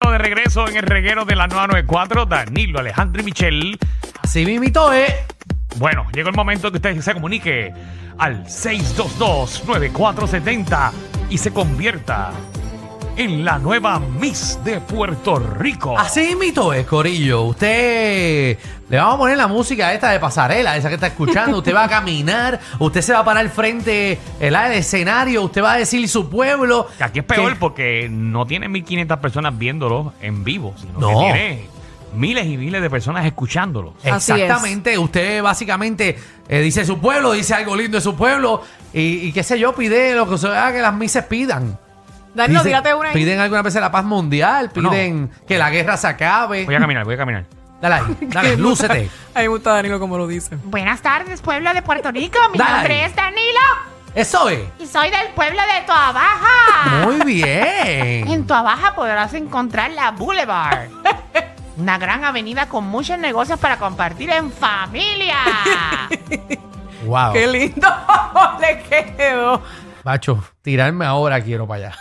estamos de regreso en el reguero de la 994, Danilo, Alejandro y Michelle. Así mismito es. Bueno, llegó el momento que usted se comunique al 622-9470 y se convierta en la nueva Miss de Puerto Rico. Así mismito es, Corillo. Usted le vamos a poner la música esta de pasarela, esa que está escuchando. Usted va a caminar, usted se va a parar frente al escenario, usted va a decir su pueblo. Que aquí es peor porque no tiene 1500 personas viéndolo en vivo, sino No. que tiene miles y miles de personas escuchándolo. Así es. Exactamente, usted básicamente eh, dice su pueblo, dice algo lindo de su pueblo y, y qué sé yo, pide lo que, sea que las misas pidan. Danilo, Dice- tírate una ahí. Piden alguna vez la paz mundial, No. piden que la guerra se acabe. Voy a caminar, voy a caminar. Dale ahí, dale, lúcete. A mí me gusta Danilo como lo dice. Buenas tardes, pueblo de Puerto Rico. Mi Dale. nombre es Danilo Eso es. y soy del pueblo de Toabaja. Muy bien. En Toabaja podrás encontrar la Boulevard. Una gran avenida con muchos negocios para compartir en familia. Wow. Qué lindo le quedó. Macho, tirarme ahora quiero para allá.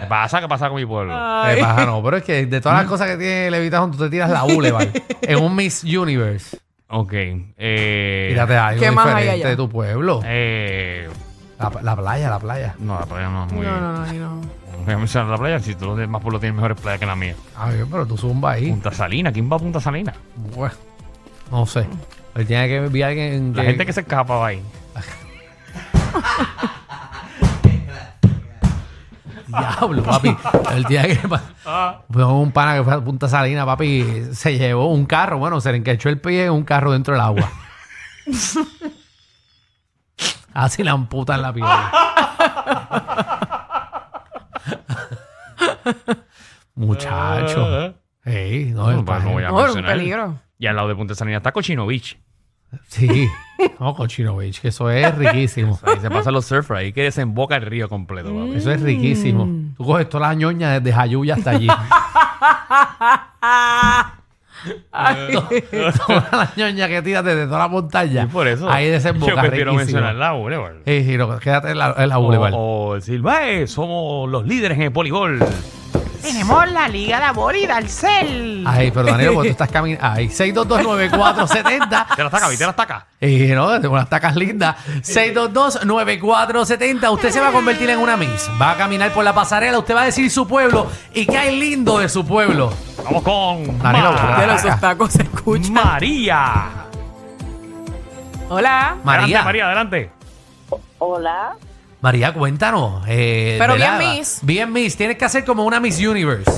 ¿Qué pasa? ¿Qué pasa con mi pueblo? Eh, Ay. Mm. paja, no, pero es que de todas las cosas que tiene Levitación, tú te tiras la Boulevard en un Miss Universe. Ok. Eh, Tírate algo ¿Qué más hay diferente allá? de tu pueblo. eh, La, la playa, la playa. no, la playa no es muy... No, no, no, no. Voy a mencionar la playa, si todos los demás pueblos tienen pues mejores playas que la mía. A ver, Ah, pero tú zumba ahí. Punta Salina, ¿quién va a Punta Salina? Bueno, no sé. Él tiene que ver alguien. La gente que se escapa va ahí. Diablo, papi. Él tiene que. Ah. Fue un pana que fue a Punta Salina, papi. Se llevó un carro. Bueno, se le enganchó el pie en un carro dentro del agua. Así la amputan la pierna. Muchacho. Ey, Eh. No, no, pues, el no pana. voy a No, era un mencionar. peligro. Y al lado de Punta Salina está Cochino Beach. Sí. No, cochino, bitch, que eso es riquísimo. Ahí se pasan los surfers, ahí que desemboca el río completo. papi. Eso es riquísimo. Tú coges todas las ñoñas desde Jayuya hasta allí. todas las ñoñas que tiras desde toda la montaña. Y por eso Ahí desemboca. yo prefiero Oh, riquísimo. mencionar la Boulevard. Sí, sí, no, quédate en la, en la Boulevard. O, o decir, "Ve, somos los líderes en el voleibol. Tenemos la Liga de Abor y Dalcel. Ay, pero Danilo, porque tú estás caminando. Ay, 6229470. Te la taca, vi, te la taca. Y no, tengo unas tacas lindas. 622-9470. Usted se va a convertir en una Miss. Va a caminar por la pasarela. Usted va a decir su pueblo y qué hay lindo de su pueblo. Vamos con Danilo, Ma- Ya los esos tacos se escuchan. María. Hola. Adelante, María. María, María, adelante. Hola. cuéntanos. eh, Pero de la- bien Miss. Bien Miss. Tienes que hacer como una Miss Universe.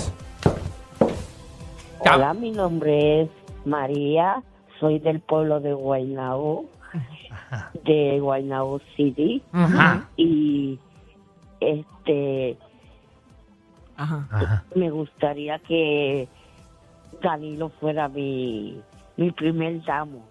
Ya. Hola, mi nombre es María. Soy del pueblo de Guaynabo, de Guaynabo City. Ajá. Y este, Ajá. Ajá. me gustaría que Danilo fuera mi, mi primer damo.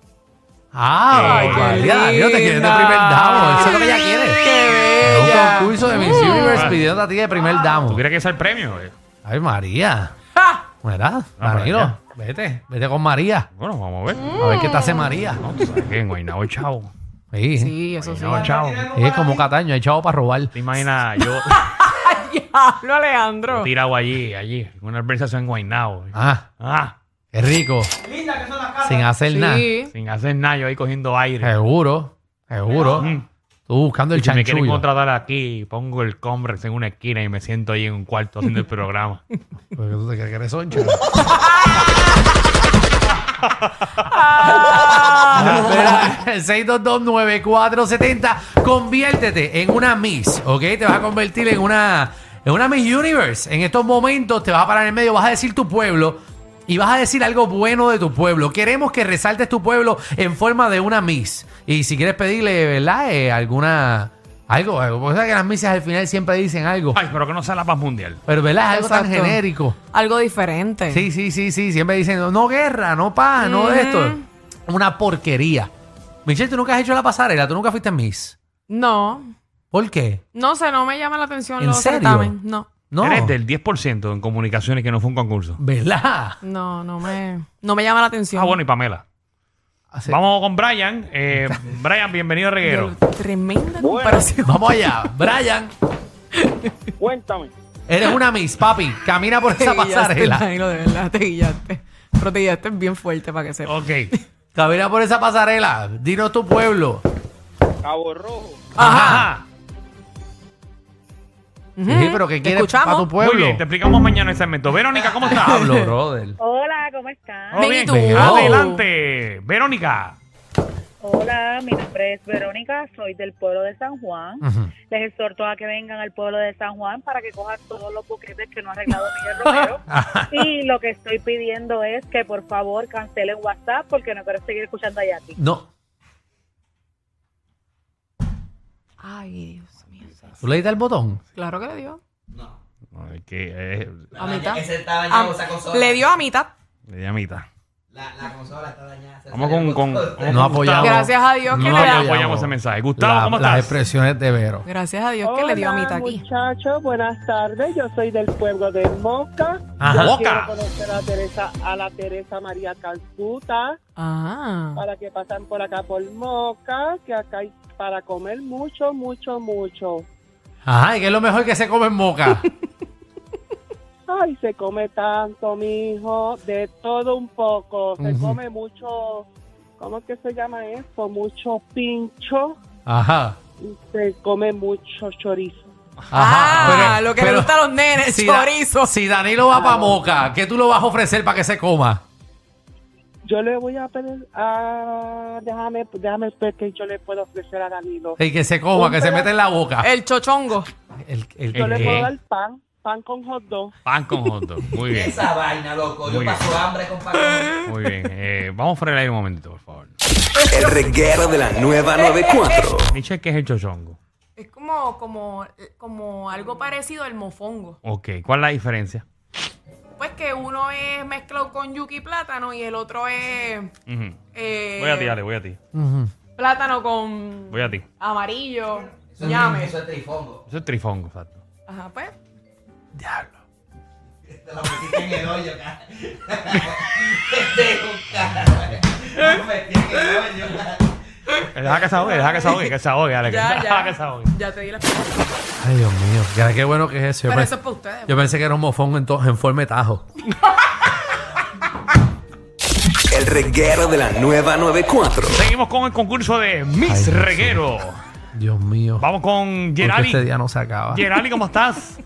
Ah, Ay, qué María, Danilo, te quiere de linda. primer damo. Eso es lo que ella quiere. Qué Es bella. Un concurso de Miss Uh. Universe pidiendo a ti de Ah. primer damo. ¿Tú quieres que sea el premio? eh? Ay, María. ¡Ja! ¿Verdad? Ah, Danilo, María. vete. Vete con María. Bueno, vamos a ver. A ver qué te hace María. No, tú sabes que en Guaynabo, chavo. Sí. Mm. Sí, eso sí. No, chavo. Es como Cataño, hay chavo para robar. ¿Te imaginas yo Diablo, Alejandro. tirado allí, allí, en una organización en Guaynabo? Ah, Ah, qué rico. Sin hacer nada. Sí. sin hacer nada, yo ahí cogiendo Eh, aire. Seguro, seguro. Mm. Tú buscando el Si me quieren chanchullo. contratar aquí, pongo el Comrex en una esquina y me siento ahí en un cuarto haciendo el programa. Porque tú te crees que eres soncho. Espera, 6229470. Conviértete en una Miss, ¿ok? Te vas a convertir en una, en una Miss Universe. En estos momentos te vas a parar en medio, vas a decir tu pueblo y vas a decir algo bueno de tu pueblo. Queremos que resaltes tu pueblo en forma de una Miss. Y si quieres pedirle, ¿verdad? Eh, alguna. Algo, algo. Porque sabes que las misas al final siempre dicen algo. Ay, pero que no sea la paz mundial. Pero, ¿verdad? Es algo tan Exacto. genérico. Algo diferente. Sí, sí, sí, sí. Siempre dicen, no, no guerra, no paz, no esto. Una porquería. Michelle, tú nunca has hecho la pasarela, tú nunca fuiste Miss. No. ¿Por qué? No sé, no me llama la atención ¿En los serio? certamen. No. No. Eres del 10% en comunicaciones que no fue un concurso. ¿Verdad? No, no me, no me llama la atención. Ah, bueno, y Pamela. Así- Vamos con Brian. Eh, Brian, bienvenido a Reguero. Diablo, Tremenda comparación. Vamos allá. Brian, Cuéntame. Eres una Miss, papi. Camina por esa pasarela. Danilo, de verdad, te guillaste. Pero te guillaste bien fuerte para que sepas. Ok. Camina por esa pasarela. Dinos tu pueblo. Cabo Rojo. Ajá. Ujú. Sí, pero ¿qué ¿Te quieres para escuchamos? tu Muy pueblo? bien, te explicamos mañana el segmento. Verónica, ¿cómo estás? Pablo, brother. Hola, ¿cómo están? ¿Todo Ven y bien? tú. Adelante, Verónica. Hola, mi nombre es Verónica, soy del pueblo de San Juan. Ujú. Les exhorto a que vengan al pueblo de San Juan para que cojan todos los boquetes que no ha arreglado Miguel Romero. y lo que estoy pidiendo es que por favor cancelen WhatsApp porque no quiero seguir escuchando a Yati. No. Ay, Dios mío. ¿Tú le diste al botón? Claro que le dio. Ay, Que eh, A mitad. Que se está dañando Ah, esa consola. Le dio a mitad. le di a mitad. La, la consola está dañada. se Vamos salió con. con, todo. vamos No con Gustavo. apoyamos. Gracias a Dios No que le da. apoyamos. apoyamos ese mensaje. Gustavo, La- ¿cómo Las estás? expresiones de Vero. Gracias a Dios que le dio a mitad aquí. muchachos, buenas tardes. Yo soy del pueblo de Moca. Ajá. Yo Moca. Quiero conocer a, Teresa, a la Teresa María Calcuta Ah. para que pasan por acá por Moca, que acá hay para comer mucho, mucho, mucho. Ajá, ¿y qué es lo mejor que se come en Moca? Ay, se come tanto, mijo, de todo un poco. Se Ujú. come mucho, ¿cómo es que se llama esto? Mucho pincho. Ajá. y Se come mucho chorizo. Ajá. Ah, Pero- lo que le pero gusta a los nenes, si Da- chorizo. si Danilo va para Moca, ¿qué tú lo vas a ofrecer para que se coma? Yo le voy a pedir a... Déjame, déjame ver que yo le puedo ofrecer a Danilo. Y que se coma, Un que se pedazo- mete en la boca. El chochongo. El, el- Yo le puedo ¿qué? dar pan, pan con hot dog. Pan con hot dog. Muy bien. Esa vaina, loco. Yo Muy paso hambre, compadre. Muy bien. Eh, vamos a frenar ahí un momentito, por favor. El reguero de la nueva 94. Michelle, ¿qué es el chochongo? Es como, como, como algo parecido al mofongo. Ok, ¿cuál es la diferencia? Pues que uno es mezclado con yuki y plátano y el otro es Ujú. eh, Voy a ti, dale, voy a ti. Ujú. plátano con Voy a ti. amarillo. Eso es- Ñame. Eso es trifongo. Eso es trifongo, exacto. Ajá, pues. Te lo metiste en el hoyo, cara. Este es un cara. Lo metí en el hoyo, cara. Eh, Deja que se ahogue, deja que se ahogue, que se ahogue, dale. que- Ya, Deja Ah, que se ya. ahogue. Ya te di la explicación. Ay, Dios mío. Ya, qué bueno que es eso. Yo, pues Pero pe- eso es para ustedes. yo pensé que era un mofongo en, to- en forma de tajo. El reguero de la nueva 94. Seguimos con el concurso de Miss Ay, Dios Reguero. Dios mío. Vamos con Porque Gerali. este día no se acaba. Gerali, ¿cómo estás?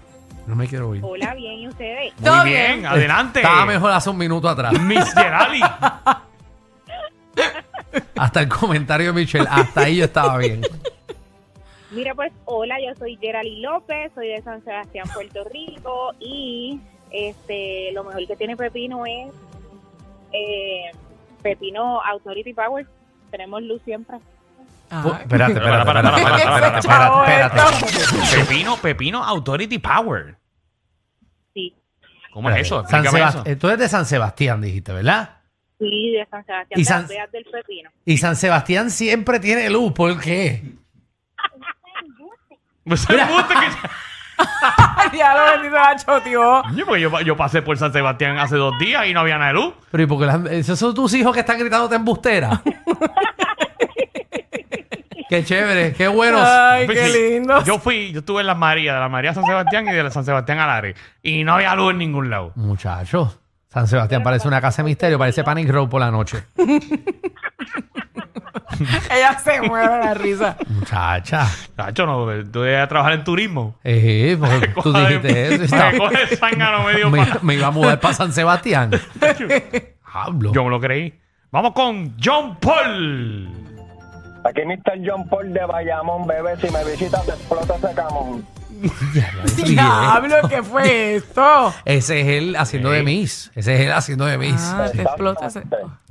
No me quiero ir. Hola, bien, ¿y ustedes? Muy Todo bien, bien. adelante. Estaba mejor hace un minuto atrás. Miss Gerali. Hasta el comentario de Michelle. Hasta ahí yo estaba bien. Mira, pues hola, yo soy Geraldine López, soy de San Sebastián, Puerto Rico y este lo mejor que tiene Pepino es eh, Pepino Authority Power. Tenemos luz siempre. pues, Pu- Ajá. espérate, Para, espérate, para, para, para, para, para, espérate, para, espérate, espérate. Pepino, Pepino Authority Power. Sí, ¿Cómo es eso? San Explícame Sebas- eso. eh, Tú eres de San Sebastián, dijiste, ¿verdad? sí, de San Sebastián, ¿Y de San- las Vegas del Pepino. Y San Sebastián siempre tiene luz. ¿Por qué? Pues, embuste que- ya lo bendito Nacho, tío. pues Yo, porque yo, yo pasé por San Sebastián hace dos días y no había nada de luz. Pero ¿y por qué las- esos son tus hijos que están gritándote embustera? qué chévere, qué buenos. Ay, qué lindo. Yo fui, yo estuve en las Marías, de la María a San Sebastián y de la San Sebastián a Lares. Y no había luz en ningún lado. Muchachos, San Sebastián parece una casa de misterio, parece Panic Row por la noche. Ella se mueve de la risa. Muchacha, Nacho, no, eh, tú debes trabajar en turismo. eh, porque tú Coja de mí, dijiste eso. y Me estaba- coge el zángano medio me, pa- me iba a mudar para San Sebastián. Hablo. Yo me lo creí. Vamos con John Paul. Aquí Mr. John Paul de Bayamón, bebé. Si me visitas, te explota ese camón. Diablo, ¿qué fue esto? eh. Ese es él haciendo de Miss. Ese es él haciendo de Miss. Ah, te explota ese.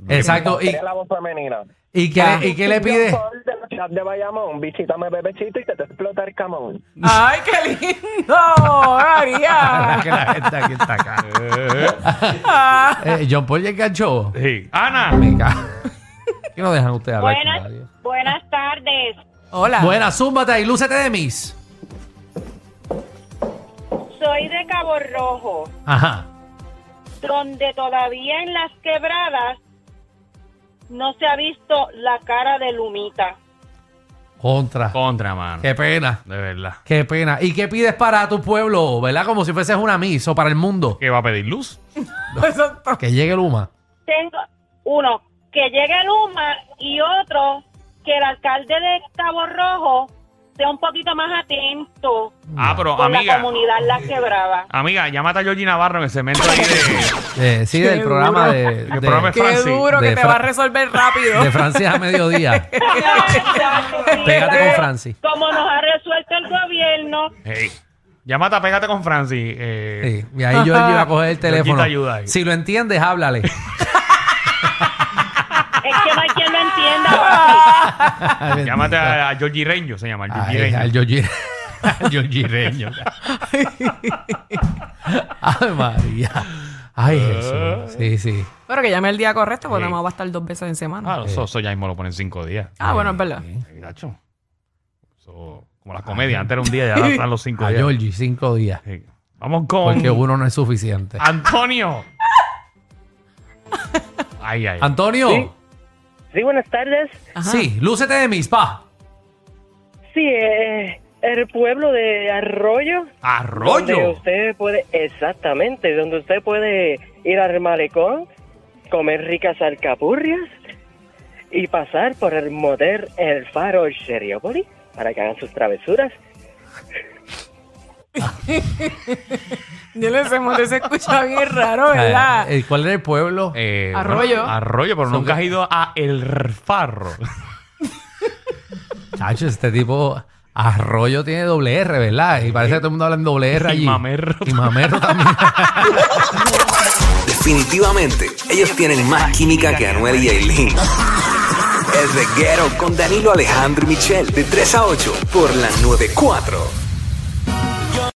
Exacto. Y, Tiene la voz femenina. y qué, ¿Y qué le pide? John Paul de la ciudad de Bayamón. Visítame, bebecito, y te, te explota el camón. ¡Ay, qué lindo! Que María. la gente aquí está acá. Eh, John Paul ya enganchó. Sí. Ana. Me cago. ¿Qué no dejan ustedes hablar con Buenas, nadie? buenas tardes. Hola. Buenas, zúmbate y lúcete de mis. Soy de Cabo Rojo, Ajá. donde todavía en las quebradas no se ha visto la cara de Lumita. Contra. Contra, mano. Qué pena. De verdad. Qué pena. ¿Y qué pides para tu pueblo, verdad? Como si fueses una misa o para el mundo. ¿Qué va a pedir luz? que llegue Luma. Tengo uno, que llegue Luma y otro, que el alcalde de Cabo Rojo sea un poquito más atento Ah, pero con amiga. la comunidad La Quebraba. Amiga, llámate a Georgie Navarro en el segmento ahí de. Eh, sí, del programa de, de- programa es Qué Francis. duro que de te Fra- va a resolver rápido. de Francia a mediodía. Pégate con Francis. Como nos ha resuelto el gobierno, Hey. Llámate, pégate con Francis. eh, Sí, Y ahí yo iba a coger el Georgie teléfono. te ayuda ahí. Si lo entiendes, háblale. es que no hay quien lo entienda. Llámate a, a Georgie Reño, se llama. el Georgie Ay, Reño. Ah. al Georgie- al Georgie Reño. Ay, María. Ay, Ah. Jesús. Sí, sí. Pero que llame el día correcto porque Sí. nada más va a estar dos veces en semana. Ah, no, Eh. eso, eso ya mismo lo ponen cinco días. Ah, bueno, es verdad. Ay, gacho. Eso, como las comedias, antes era un día, ya ahora están los cinco A días. Oh. Georgie, cinco días. Sí. Vamos con Porque uno no es suficiente. Ah. Antonio. ay, ay. Antonio, sí, Sí. Sí, buenas tardes. lúcete de mis, pa. Sí, eh, el pueblo de Arroyo. Donde Arroyo. usted puede, exactamente, donde usted puede ir al malecón, comer ricas alcapurrias y pasar por el motel El Faro Seriopoli para que hagan sus travesuras. Yo le hacemos se escucha bien raro, ¿verdad? Eh, ¿Cuál era el pueblo? Eh, Arroyo. bueno, Arroyo, pero Son nunca que- has ido a El Farro. Chacho, este tipo Arroyo tiene doble R, ¿verdad? Y parece que todo el mundo habla en doble R Y allí. mamerro. Y mamerro también. Definitivamente, ellos tienen más química que Anuel y Aileen. El reguero con Danilo Alejandro y Michel de 3 a 8 por la 94.